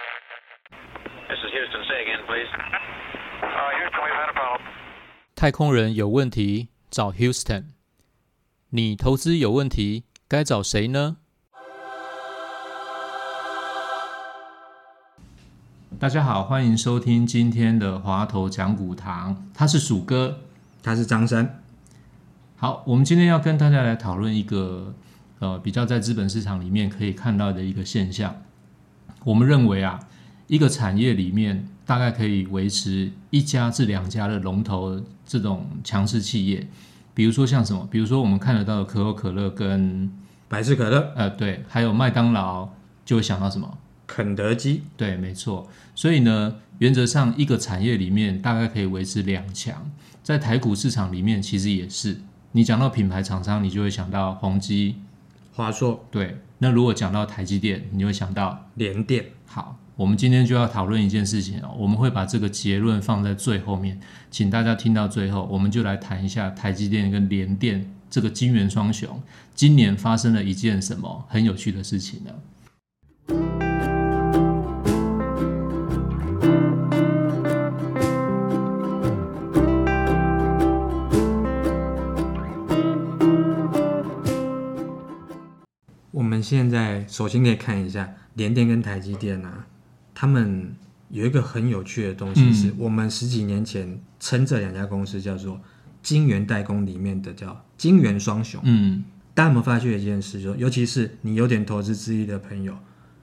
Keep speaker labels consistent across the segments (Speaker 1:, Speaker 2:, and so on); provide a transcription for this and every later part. Speaker 1: This is Houston. Say again, please.
Speaker 2: Uh, Houston, we've had a problem.
Speaker 3: 太空人有问题找 Houston，你投资有问题该找谁呢？大家好，欢迎收听今天的华头讲股堂，他是鼠哥，
Speaker 4: 他是张三，
Speaker 3: 好，我们今天要跟大家来讨论一个呃比较在资本市场里面可以看到的一个现象。我们认为啊，一个产业里面大概可以维持一家至两家的龙头这种强势企业，比如说像什么，比如说我们看得到的可口可乐跟
Speaker 4: 百事可乐、
Speaker 3: 呃对，还有麦当劳，就会想到什么？
Speaker 4: 肯德基，
Speaker 3: 对，没错。所以呢，原则上一个产业里面大概可以维持两强，在台股市场里面其实也是。你讲到品牌厂商，你就会想到宏基，
Speaker 4: 华硕、
Speaker 3: 对。那如果讲到台积电，你就会想到
Speaker 4: 联电，
Speaker 3: 好。我们今天就要讨论一件事情哦，我们会把这个结论放在最后面，请大家听到最后，我们就来谈一下台积电跟联电这个金元双雄今年发生了一件什么很有趣的事情呢？
Speaker 4: 我们现在首先可以看一下联电跟台积电啊，他们有一个很有趣的东西
Speaker 3: 嗯
Speaker 4: 是，我们十几年前称这两家公司叫做晶圆代工里面的叫晶圆双雄。
Speaker 3: 嗯，
Speaker 4: 大家有没有发现一件事，就是尤其是你有点投资资历的朋友，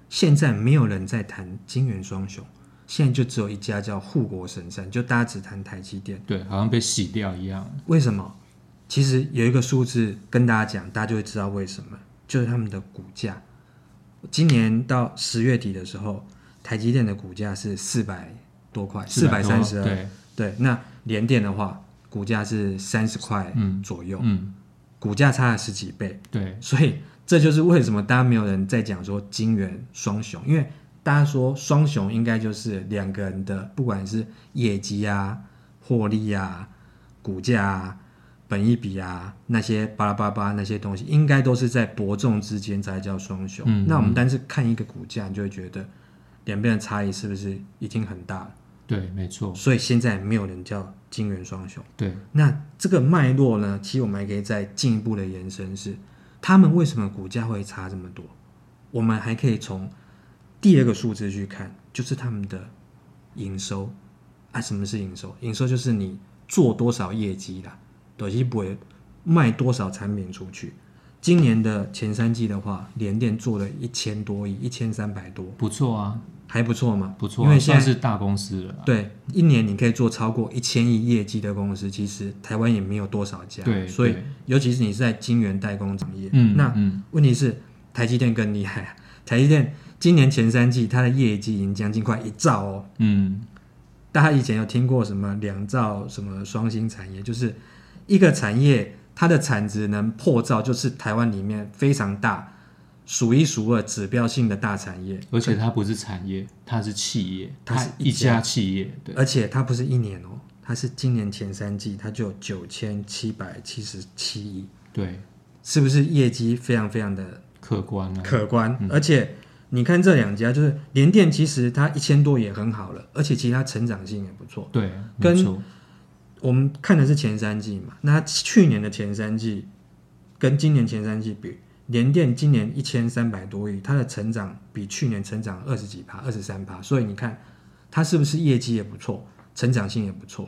Speaker 4: 现在没有人在谈晶圆双雄，现在就只有一家叫护国神山，就大家只谈台积电。
Speaker 3: 对，好像被洗掉一样。
Speaker 4: 为什么？其实有一个数字跟大家讲，大家就会知道为什么，就是他们的股价。今年到十月底的时候，台积电的股价是四百多块，四百三十
Speaker 3: 多
Speaker 4: 二。
Speaker 3: 对，
Speaker 4: 对，那联电的话，股价是三十块
Speaker 3: 嗯
Speaker 4: 左右，
Speaker 3: 嗯，
Speaker 4: 股价差了十几倍。
Speaker 3: 对，
Speaker 4: 所以这就是为什么大家没有人在讲说金元双雄，因为大家说双雄应该就是两个人的，不管是业绩啊、获利啊、股价啊、本益比啊那些巴拉巴拉巴拉那些东西，应该都是在伯仲之间才叫双雄。
Speaker 3: 嗯
Speaker 4: 那我们单是看一个股价，你就会觉得两边的差异是不是已经很大了？
Speaker 3: 对，没错，
Speaker 4: 所以现在没有人叫金元双雄。
Speaker 3: 对，
Speaker 4: 那这个脉络呢，其实我们还可以再进一步的延伸是，他们为什么股价会差这么多？我们还可以从第二个数字去看，就是他们的营收啊。什么是营收？营收就是你做多少业绩啦，短期不会卖多少产品出去。今年的前三季的话，联电做了一千多亿，一千三百多，
Speaker 3: 不错啊，
Speaker 4: 还不错嘛。
Speaker 3: 不错啊、
Speaker 4: 因为现
Speaker 3: 算
Speaker 4: 在
Speaker 3: 是大公司了啊。
Speaker 4: 对，一年你可以做超过一千亿业绩的公司，其实台湾也没有多少家。
Speaker 3: 对
Speaker 4: 所以
Speaker 3: 对
Speaker 4: 尤其是你是在晶圆代工产业，
Speaker 3: 嗯，
Speaker 4: 那
Speaker 3: 嗯，
Speaker 4: 问题是台积电更厉害啊，台积电今年前三季它的业绩已经将近快一兆哦。
Speaker 3: 嗯，
Speaker 4: 大家以前有听过什么两兆什么双星产业，就是一个产业它的产值能破兆，就是台湾里面非常大、数一数二指标性的大产业。
Speaker 3: 而且它不是产业，它是企业，
Speaker 4: 它是
Speaker 3: 一
Speaker 4: 一家
Speaker 3: 家企业，对，
Speaker 4: 而且它不是一年哦，它是今年前三季，它就有九千七百七十七亿，
Speaker 3: 对，
Speaker 4: 是不是业绩非常非常的
Speaker 3: 客观啊，
Speaker 4: 可观？而且你看这两家，就是联电，其实它一千多也很好了，而且其实它成长性也不错。
Speaker 3: 对，没
Speaker 4: 跟
Speaker 3: 错，
Speaker 4: 我们看的是前三季嘛，那它去年的前三季跟今年前三季比，联电今年一千三百多亿，它的成长比去年成长二十几趴，二十三趴，所以你看它是不是业绩也不错，成长性也不错？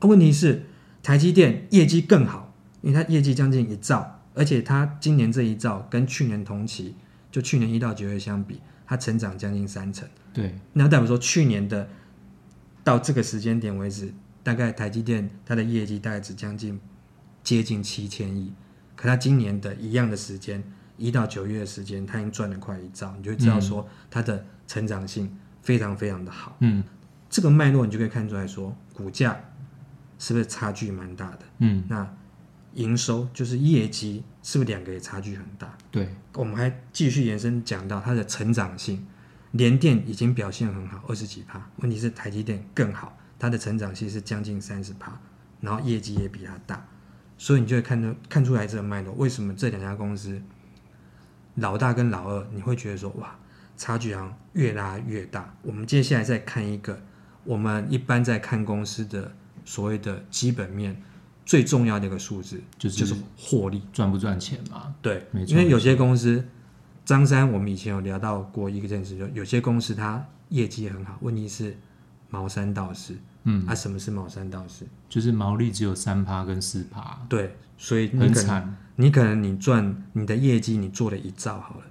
Speaker 4: 啊问题是台积电业绩更好，因为它业绩将近一兆，而且它今年这一兆跟去年同期，就去年一到九月相比，它成长将近三成。
Speaker 3: 对，
Speaker 4: 那代表说去年的到这个时间点为止，大概台积电它的业绩大概只将近接近七千亿，可它今年的一样的时间，一到九月的时间，它已经赚了快一兆，你就会知道说它的成长性非常非常的好。
Speaker 3: 嗯
Speaker 4: 这个脉络你就可以看出来说，股价是不是差距蛮大的？
Speaker 3: 嗯，
Speaker 4: 那营收就是业绩，是不是两个也差距很大？
Speaker 3: 对，
Speaker 4: 我们还继续延伸讲到它的成长性，联电已经表现很好，二十几趴。问题是台积电更好，它的成长性是将近三十趴，然后业绩也比它大，所以你就会看得看出来这个脉络，为什么这两家公司老大跟老二，你会觉得说哇，差距好像越拉越大。我们接下来再看一个，我们一般在看公司的所谓的基本面最重要的一个数字，
Speaker 3: 就是
Speaker 4: 就是获利。
Speaker 3: 赚不赚钱嘛？
Speaker 4: 对，
Speaker 3: 没错
Speaker 4: 因为有些公司，张三我们以前有聊到过一个件事，就有些公司它业绩很好，问题是毛三到四。
Speaker 3: 嗯，
Speaker 4: 啊，什么是毛三到四？
Speaker 3: 就是毛利只有三趴跟四趴，
Speaker 4: 对，所以你
Speaker 3: 很
Speaker 4: 可能
Speaker 3: 惨。
Speaker 4: 你可能你赚你的业绩，你做了一兆好了，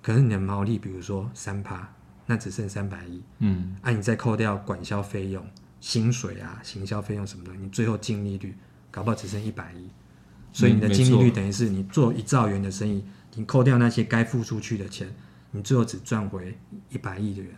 Speaker 4: 可是你的毛利比如说三趴，那只剩三百亿，
Speaker 3: 嗯，
Speaker 4: 啊，你再扣掉管销费用、薪水啊、行销费用什么的，你最后净利率搞不好只剩一百亿，所以你的
Speaker 3: 嗯没
Speaker 4: 净利
Speaker 3: 没
Speaker 4: 率
Speaker 3: 错
Speaker 4: 等于是你做一兆元的生意，你扣掉那些该付出去的钱，你最后只赚回一百亿的元，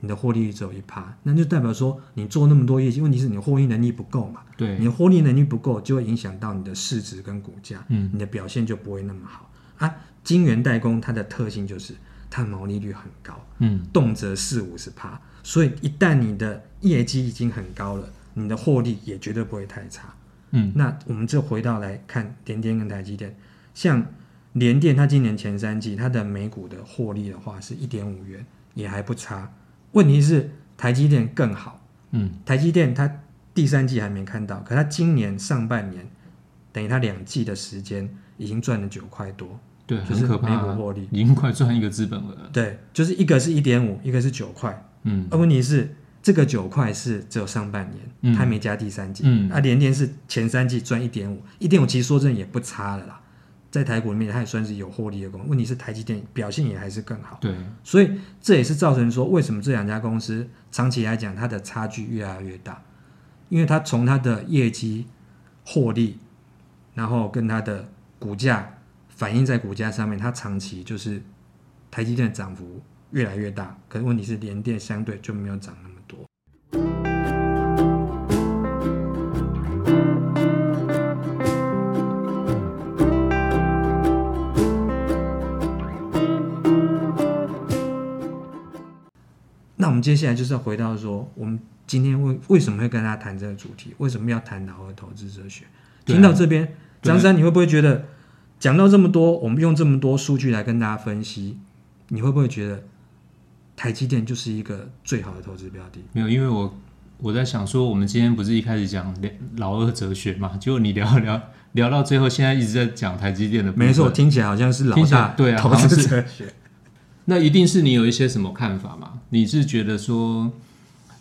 Speaker 4: 你的获利率只有一趴，那就代表说你做那么多业绩，问题是你的获利能力不够嘛？你
Speaker 3: 对，
Speaker 4: 的获利能力不够，就会影响到你的市值跟股价，
Speaker 3: 嗯
Speaker 4: 你的表现就不会那么好啊。晶圆代工它的特性就是它毛利率很高，
Speaker 3: 嗯，
Speaker 4: 动辄四五十趴，所以一旦你的业绩已经很高了，你的获利也绝对不会太差。
Speaker 3: 嗯，
Speaker 4: 那我们就回到来看联电跟台积电，像联电它今年前三季它的每股的获利的话是一点五元，也还不差。问题是台积电更好。
Speaker 3: 嗯，
Speaker 4: 台积电它第三季还没看到，可它今年上半年等于它两季的时间已经赚了九块多。
Speaker 3: 对，
Speaker 4: 就
Speaker 3: 很
Speaker 4: 是
Speaker 3: 可怕
Speaker 4: 没有
Speaker 3: 啊
Speaker 4: 获利，
Speaker 3: 已经快赚一个资本额了。
Speaker 4: 对，就是一个是一点五，一个是九块。
Speaker 3: 嗯
Speaker 4: 而问题是这个九块是只有上半
Speaker 3: 嗯
Speaker 4: 年，它还没加第三季。
Speaker 3: 嗯
Speaker 4: 啊，联电是前三季赚一点五，一点五其实说真的也不差了啦，在台股里面它也算是有获利的公司。问题是台积电表现也还是更好。
Speaker 3: 对，
Speaker 4: 所以这也是造成说，为什么这两家公司长期来讲它的差距越来越大，因为它从它的业绩、获利，然后跟它的股价反映在股价上面，它长期就是台积电的涨幅越来越大，可是问题是联电相对就没有涨那么多。那我们接下来就是要回到说，我们今天为为什么会跟大家谈这个主题？为什么要谈老二投资哲学？
Speaker 3: 对啊
Speaker 4: 听到这边，
Speaker 3: 对
Speaker 4: 张三，你会不会觉得讲到这么多，我们用这么多数据来跟大家分析，你会不会觉得台积电就是一个最好的投资标的？
Speaker 3: 没有，因为我我在想说，我们今天不是一开始讲老二哲学嘛？ 结果你聊一聊聊到最后，现在一直在讲台积电的部分，
Speaker 4: 没错，听起来好像是老
Speaker 3: 听起
Speaker 4: 大
Speaker 3: 来对啊
Speaker 4: 投
Speaker 3: 好像
Speaker 4: 资
Speaker 3: 是
Speaker 4: 哲学。
Speaker 3: 那一定是你有一些什么看法嘛？你是觉得说，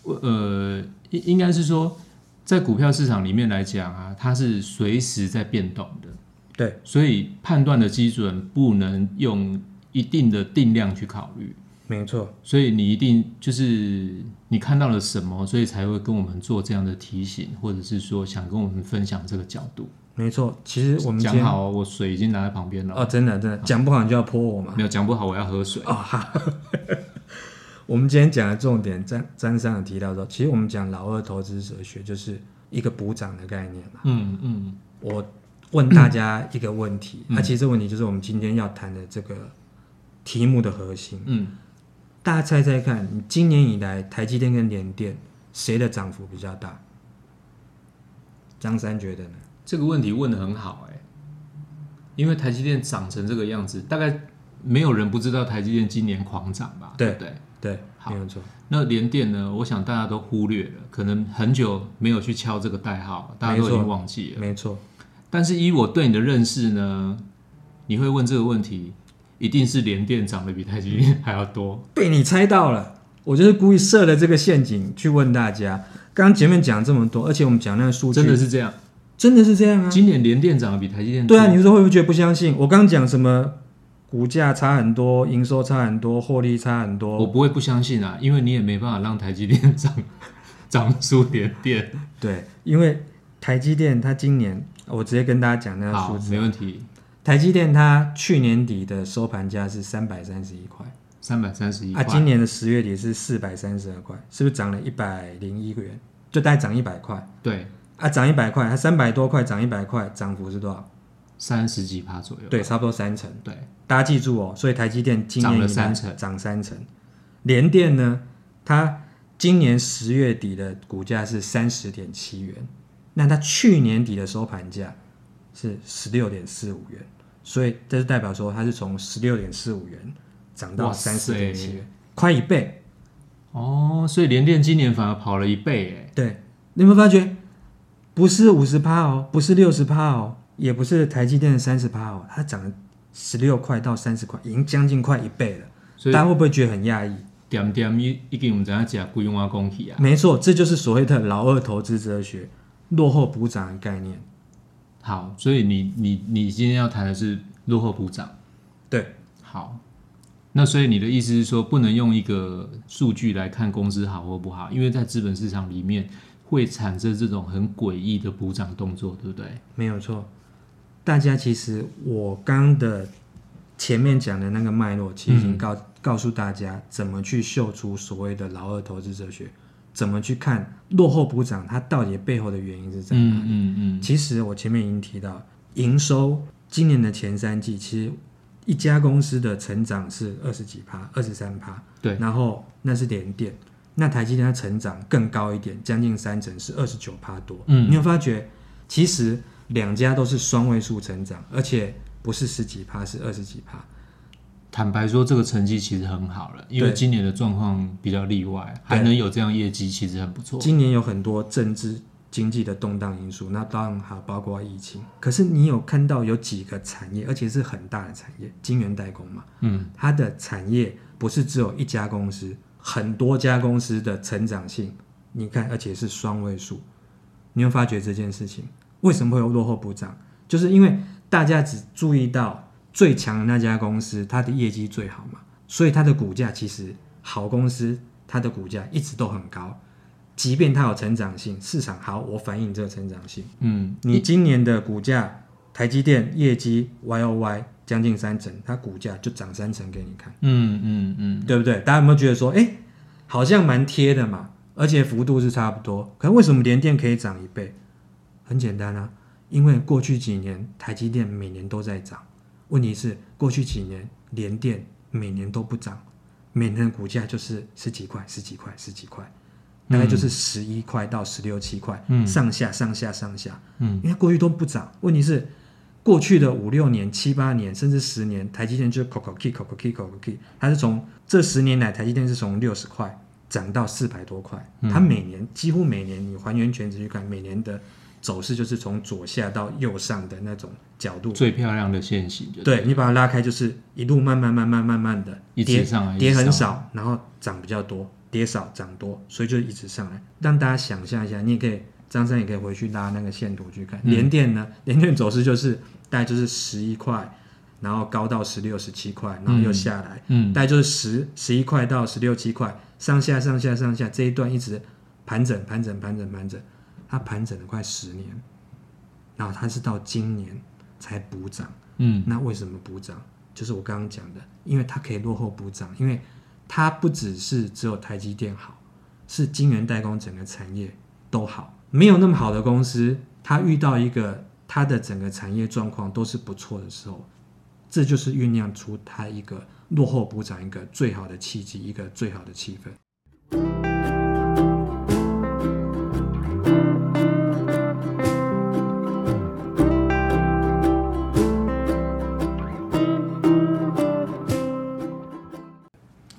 Speaker 3: 呃，应应该是说，在股票市场里面来讲啊，它是随时在变动的，
Speaker 4: 对，
Speaker 3: 所以判断的基准不能用一定的定量去考虑。
Speaker 4: 没错，
Speaker 3: 所以你一定就是你看到了什么，所以才会跟我们做这样的提醒，或者是说想跟我们分享这个角度。
Speaker 4: 没错。其实我们今
Speaker 3: 讲
Speaker 4: 天
Speaker 3: 好哦，我水已经拿在旁边了，
Speaker 4: 哦，真的真的讲不好你就要泼我嘛。
Speaker 3: 没有讲不好，我要喝水。
Speaker 4: 哦，好。 我们今天讲的重点，詹詹上有提到说，其实我们讲老二投资哲学就是一个补涨的概念嘛。
Speaker 3: 嗯嗯，
Speaker 4: 我问大家一个问题，那、其实这问题就是我们今天要谈的这个题目的核心。
Speaker 3: 嗯，
Speaker 4: 大家猜猜看，你今年以来台积电跟联电谁的涨幅比较大？张三觉得呢？
Speaker 3: 这个问题问的很好哎、因为台积电涨成这个样子，大概没有人不知道台积电今年狂涨吧？
Speaker 4: 对
Speaker 3: 不对？
Speaker 4: 对，
Speaker 3: 好
Speaker 4: 没有错。
Speaker 3: 那联电呢？我想大家都忽略了，可能很久没有去敲这个代号，大家都已
Speaker 4: 没
Speaker 3: 经
Speaker 4: 错
Speaker 3: 忘记了。
Speaker 4: 没错，
Speaker 3: 但是以我对你的认识呢，你会问这个问题，一定是联电涨得比台积电还要多。
Speaker 4: 被你猜到了，我就是故意设了这个陷阱去问大家。刚刚前面讲这么多，而且我们讲那个数据，
Speaker 3: 真的是嗯这样，
Speaker 4: 真的是这样啊？
Speaker 3: 今年联电涨得比台积电多
Speaker 4: 对啊，你说会不会觉得不相信？我刚刚讲什么股价差很多，营收差很多，获利差很
Speaker 3: 我
Speaker 4: 多，
Speaker 3: 不会不相信啊，因为你也没办法让台积电 涨涨输联电。
Speaker 4: 对，因为台积电它今年，我直接跟大家讲那个
Speaker 3: 好
Speaker 4: 数，字，
Speaker 3: 没问题，
Speaker 4: 台积电它去年底的收盘价是三百三十一块，
Speaker 3: 三百三十一
Speaker 4: 啊，今
Speaker 3: 块，
Speaker 4: 年的十月底是四百三十二块，是不是涨了一百零一元？就大概涨一百块
Speaker 3: 对，
Speaker 4: 啊，涨一百块，它三百多块涨一百块，涨幅是多少？
Speaker 3: 三十几趴左右。
Speaker 4: 对，差不多三成。
Speaker 3: 对，
Speaker 4: 大家记住哦，所以台积电今年以来
Speaker 3: 涨了三成
Speaker 4: 涨三成。联电呢，它今年十月底的股价是三十点七元，那它去年底的收盘价是十六点四五元，所以这就代表说它是从十六点四五元涨到
Speaker 3: 哇
Speaker 4: 三
Speaker 3: 塞
Speaker 4: 四点七元，快一倍。
Speaker 3: 哦，所以联电今年反而跑了一倍，哎，
Speaker 4: 对，你有没有发觉？不是五十趴哦，不是六十趴哦，也不是台积电的三十趴哦，它涨了十六块到三十块，已经将近快一倍了。
Speaker 3: 所以
Speaker 4: 大家会不会觉得很讶异？
Speaker 3: 点点一一给我们怎样讲规划公体啊？
Speaker 4: 没错，这就是所谓的老二投资哲学，落后补涨的概念。
Speaker 3: 好，所以你你你今天要谈的是落后补涨。
Speaker 4: 对，
Speaker 3: 好，那所以你的意思是说，不能用一个数据来看公司好或不好，因为在资本市场里面会产生这种很诡异的补涨动作，对不对？
Speaker 4: 没有错。大家其实我刚的前面讲的那个脉络，其实
Speaker 3: 嗯
Speaker 4: 已经告、告诉大家怎么去嗅出所谓的老二投资哲学，怎么去看落后补涨它到底背后的原因是在哪里。
Speaker 3: 嗯嗯嗯，
Speaker 4: 其实我前面已经提到，营收今年的前三季，其实一家公司的成长是二十几趴，二十三趴。
Speaker 3: 对
Speaker 4: 然后那是联电，那台积电它成长更高一点，将近三成，是二十九趴多。
Speaker 3: 嗯
Speaker 4: 你有发觉，其实两家都是双位数成长，而且不是十几趴，是二十几趴。
Speaker 3: 坦白说，这个成绩其实很好了，因为
Speaker 4: 对
Speaker 3: 今年的状况比较例外，还能有这样业绩，其实很不错。
Speaker 4: 今年有很多政治经济的动荡因素，那当然还有包括疫情。可是你有看到有几个产业，而且是很大的产业，晶圆代工嘛？
Speaker 3: 嗯，
Speaker 4: 它的产业不是只有一家公司，很多家公司的成长性，你看，而且是双位数，你会发觉这件事情为什么会有落后补涨，就是因为大家只注意到最强的那家公司，它的业绩最好嘛，所以它的股价其实好公司它的股价一直都很高，即便它有成长性，市场好，我反映这个成长性。
Speaker 3: 嗯，
Speaker 4: 你今年的股价，台积电业绩 Y O Y 将近三成，它股价就涨三成给你看，
Speaker 3: 嗯嗯嗯，
Speaker 4: 对不对？大家有没有觉得说，哎、好像蛮贴的嘛，而且幅度是差不多，可为什么联电可以涨一倍？很简单啊，因为过去几年台积电每年都在涨，问题是过去几年联电每年都不涨，每年的股价就是十几块、十几块、十几块，大概就是十一块到十六七块，
Speaker 3: 嗯
Speaker 4: 上下上下上下，
Speaker 3: 嗯，
Speaker 4: 因为过去都不涨，问题是过去的五六年、七八年甚至十年，台积电就是 coco key coco key coco key，它是从这十年来台积电是从六十块涨到四百多块，它每年几乎每年你还原全值去看，每年的走势就是从左下到右上的那种角度，
Speaker 3: 最漂亮的线型就
Speaker 4: 对你把它拉开就是一路慢慢慢慢慢慢的
Speaker 3: 一直
Speaker 4: 跌
Speaker 3: 上来一直
Speaker 4: 跌很
Speaker 3: 上
Speaker 4: 少，然后涨比较多，跌少涨多，所以就一直上来。让大家想象一下，你也可以，张三也可以回去拉那个线图去看。
Speaker 3: 嗯
Speaker 4: 联电呢，联电走势就是大概就是十一块，然后高到十六、十七块，然后又下来，
Speaker 3: 嗯
Speaker 4: 大概就是十十一块到十六七块，上下上下上下这一段一直盘整盘整盘整盘整，它盘整了快十年，然后它是到今年才补涨。
Speaker 3: 嗯
Speaker 4: 那为什么补涨？就是我刚刚讲的，因为它可以落后补涨，因为它不只是只有台积电好，是晶圆代工整个产业都好。没有那么好的公司，它遇到一个它的整个产业状况都是不错的时候，这就是酝酿出它一个落后补涨一个最好的契机，一个最好的气氛。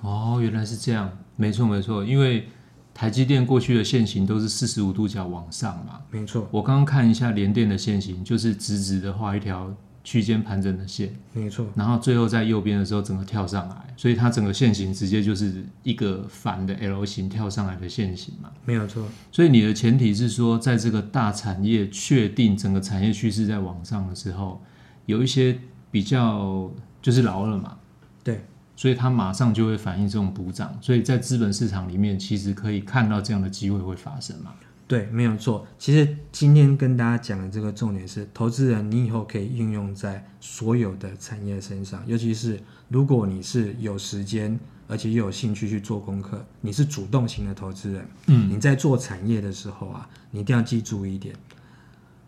Speaker 3: 哦，原来是这样，没错没错，因为台积电过去的线型都是四十五度角往上嘛，
Speaker 4: 没错，
Speaker 3: 我刚刚看一下联电的线型，就是直直的画一条区间盘整的线，
Speaker 4: 没错，
Speaker 3: 然后最后在右边的时候整个跳上来，所以它整个线型直接就是一个反的 L 型跳上来的线型嘛。
Speaker 4: 没有错，
Speaker 3: 所以你的前提是说，在这个大产业确定整个产业趋势在往上的时候，有一些比较就是老二嘛，
Speaker 4: 对，
Speaker 3: 所以它马上就会反映这种补涨，所以在资本市场里面其实可以看到这样的机会会发生嘛。
Speaker 4: 对，没有错。其实今天跟大家讲的这个重点是，投资人你以后可以应用在所有的产业身上，尤其是如果你是有时间而且又有兴趣去做功课，你是主动型的投资人，
Speaker 3: 嗯，
Speaker 4: 你在做产业的时候啊，你一定要记住一点。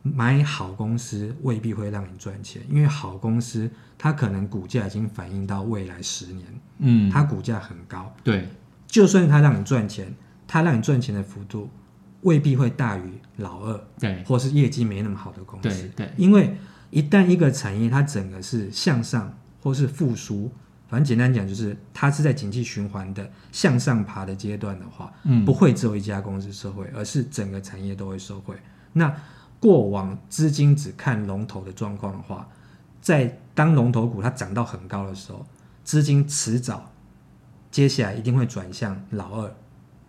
Speaker 4: 买好公司未必会让你赚钱，因为好公司它可能股价已经反映到未来十年，
Speaker 3: 嗯，
Speaker 4: 它股价很高，
Speaker 3: 对，
Speaker 4: 就算它让你赚钱，它让你赚钱的幅度未必会大于老二
Speaker 3: 对，
Speaker 4: 或是业绩没那么好的公
Speaker 3: 对
Speaker 4: 司，
Speaker 3: 对
Speaker 4: 因为一旦一个产业它整个是向上或是复苏，反正简单讲就是它是在景气循环的向上爬的阶段的话，
Speaker 3: 嗯
Speaker 4: 不会只有一家公司受惠，而是整个产业都会受惠。那过往资金只看龙头的状况的话，在当龙头股它涨到很高的时候，资金迟早接下来一定会转向老二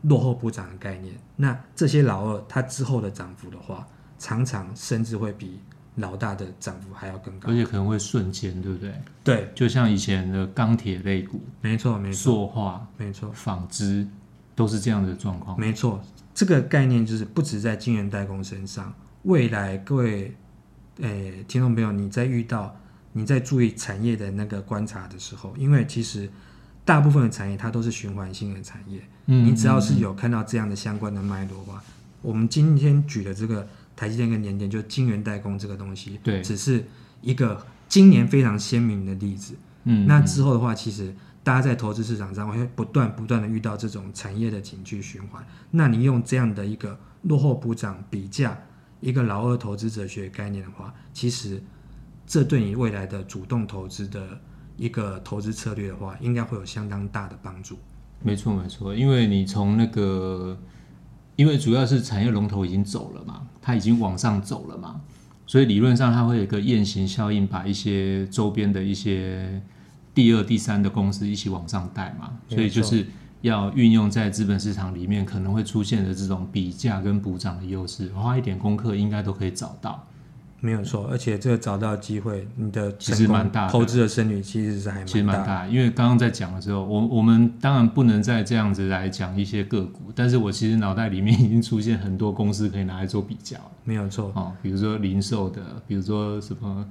Speaker 4: 落后补涨的概念。那这些老二它之后的涨幅的话，常常甚至会比老大的涨幅还要更高
Speaker 3: 而。且可能会瞬间，对不对？
Speaker 4: 对，
Speaker 3: 就像以前的钢铁类股、
Speaker 4: 没错，没错，
Speaker 3: 塑化、
Speaker 4: 没错。
Speaker 3: 纺织都是这样的状况。
Speaker 4: 没错，这个概念就是不止在晶圆代工身上，未来各位诶、听众朋友，你在遇到你在注意产业的那个观察的时候，因为其实大部分的产业它都是循环性的产业，
Speaker 3: 嗯
Speaker 4: 你只要是有看到这样的相关的脉络的话，我们今天举的这个台积电跟联电，就晶圆代工这个东西，
Speaker 3: 对
Speaker 4: 只是一个今年非常鲜明的例子。
Speaker 3: 嗯，
Speaker 4: 那之后的话，其实大家在投资市场上会不断不断的遇到这种产业的景气循环。那你用这样的一个落后补涨比价，一个老二投资哲学概念的话，其实这对你未来的主动投资的一个投资策略的话，应该会有相当大的帮助。
Speaker 3: 没错没错，因为你从那个，因为主要是产业龙头已经走了嘛，它已经往上走了嘛，所以理论上它会有一个雁行效应，把一些周边的一些第二、第三的公司一起往上带嘛，
Speaker 4: 没错
Speaker 3: 所以就是要运用在资本市场里面可能会出现的这种比价跟补涨的优势，花一点功课应该都可以找到。
Speaker 4: 没有错，而且这个找到机会，你的
Speaker 3: 嗯其
Speaker 4: 成
Speaker 3: 实
Speaker 4: 功
Speaker 3: 蛮大的
Speaker 4: 投资的胜率其实是还
Speaker 3: 其实
Speaker 4: 蛮
Speaker 3: 蛮
Speaker 4: 大的。
Speaker 3: 大的，因为刚刚在讲的时候，我我们当然不能再这样子来讲一些个股，但是我其实脑袋里面 已经出现很多公司可以拿来做比较了
Speaker 4: 没有错，
Speaker 3: 哦，比如说零售的，比如说什么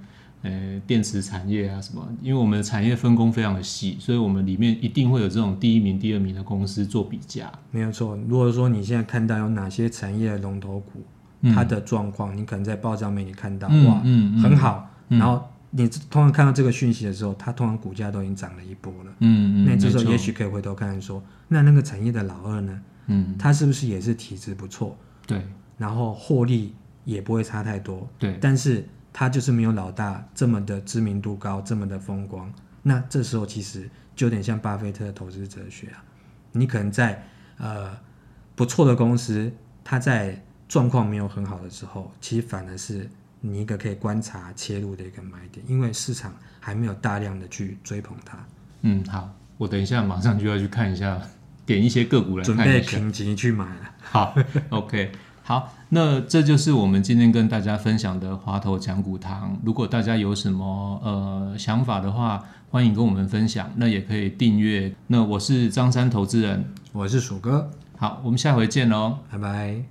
Speaker 3: 呃电池产业啊什么，因为我们的产业分工非常的细，所以我们里面一定会有这种第一名、第二名的公司做比价。
Speaker 4: 没有错。如果说你现在看到有哪些产业的龙头股，
Speaker 3: 嗯
Speaker 4: 它的状况，你可能在报章媒体看到，
Speaker 3: 嗯
Speaker 4: 哇，
Speaker 3: 嗯嗯
Speaker 4: 很好。
Speaker 3: 嗯
Speaker 4: 然后你通常看到这个讯息的时候，它通常股价都已经涨了一波了。
Speaker 3: 嗯嗯，
Speaker 4: 那这时候
Speaker 3: 没错
Speaker 4: 也许可以回头看说，那那个产业的老二呢，
Speaker 3: 嗯
Speaker 4: 它是不是也是体质不错，
Speaker 3: 对
Speaker 4: 然后获利也不会差太多，
Speaker 3: 对
Speaker 4: 但是它就是没有老大这么的知名度高，这么的风光。那这时候其实就有点像巴菲特的投资哲学啊，你可能在呃不错的公司，它在状况没有很好的时候，其实反而是你一个可以观察切入的一个买点，因为市场还没有大量的去追捧它，
Speaker 3: 嗯好，我等一下马上就要去看一下， 点一些个股来
Speaker 4: 准
Speaker 3: 看
Speaker 4: 备
Speaker 3: 一下。
Speaker 4: 评级去买了。
Speaker 3: 好 ，OK，好，那这就是我们今天跟大家分享的滑头讲股堂。如果大家有什么呃想法的话，欢迎跟我们分享。那也可以订阅。那我是张三投资人，
Speaker 4: 我是鼠哥，
Speaker 3: 好，我们下回见喽。哦
Speaker 4: 拜拜。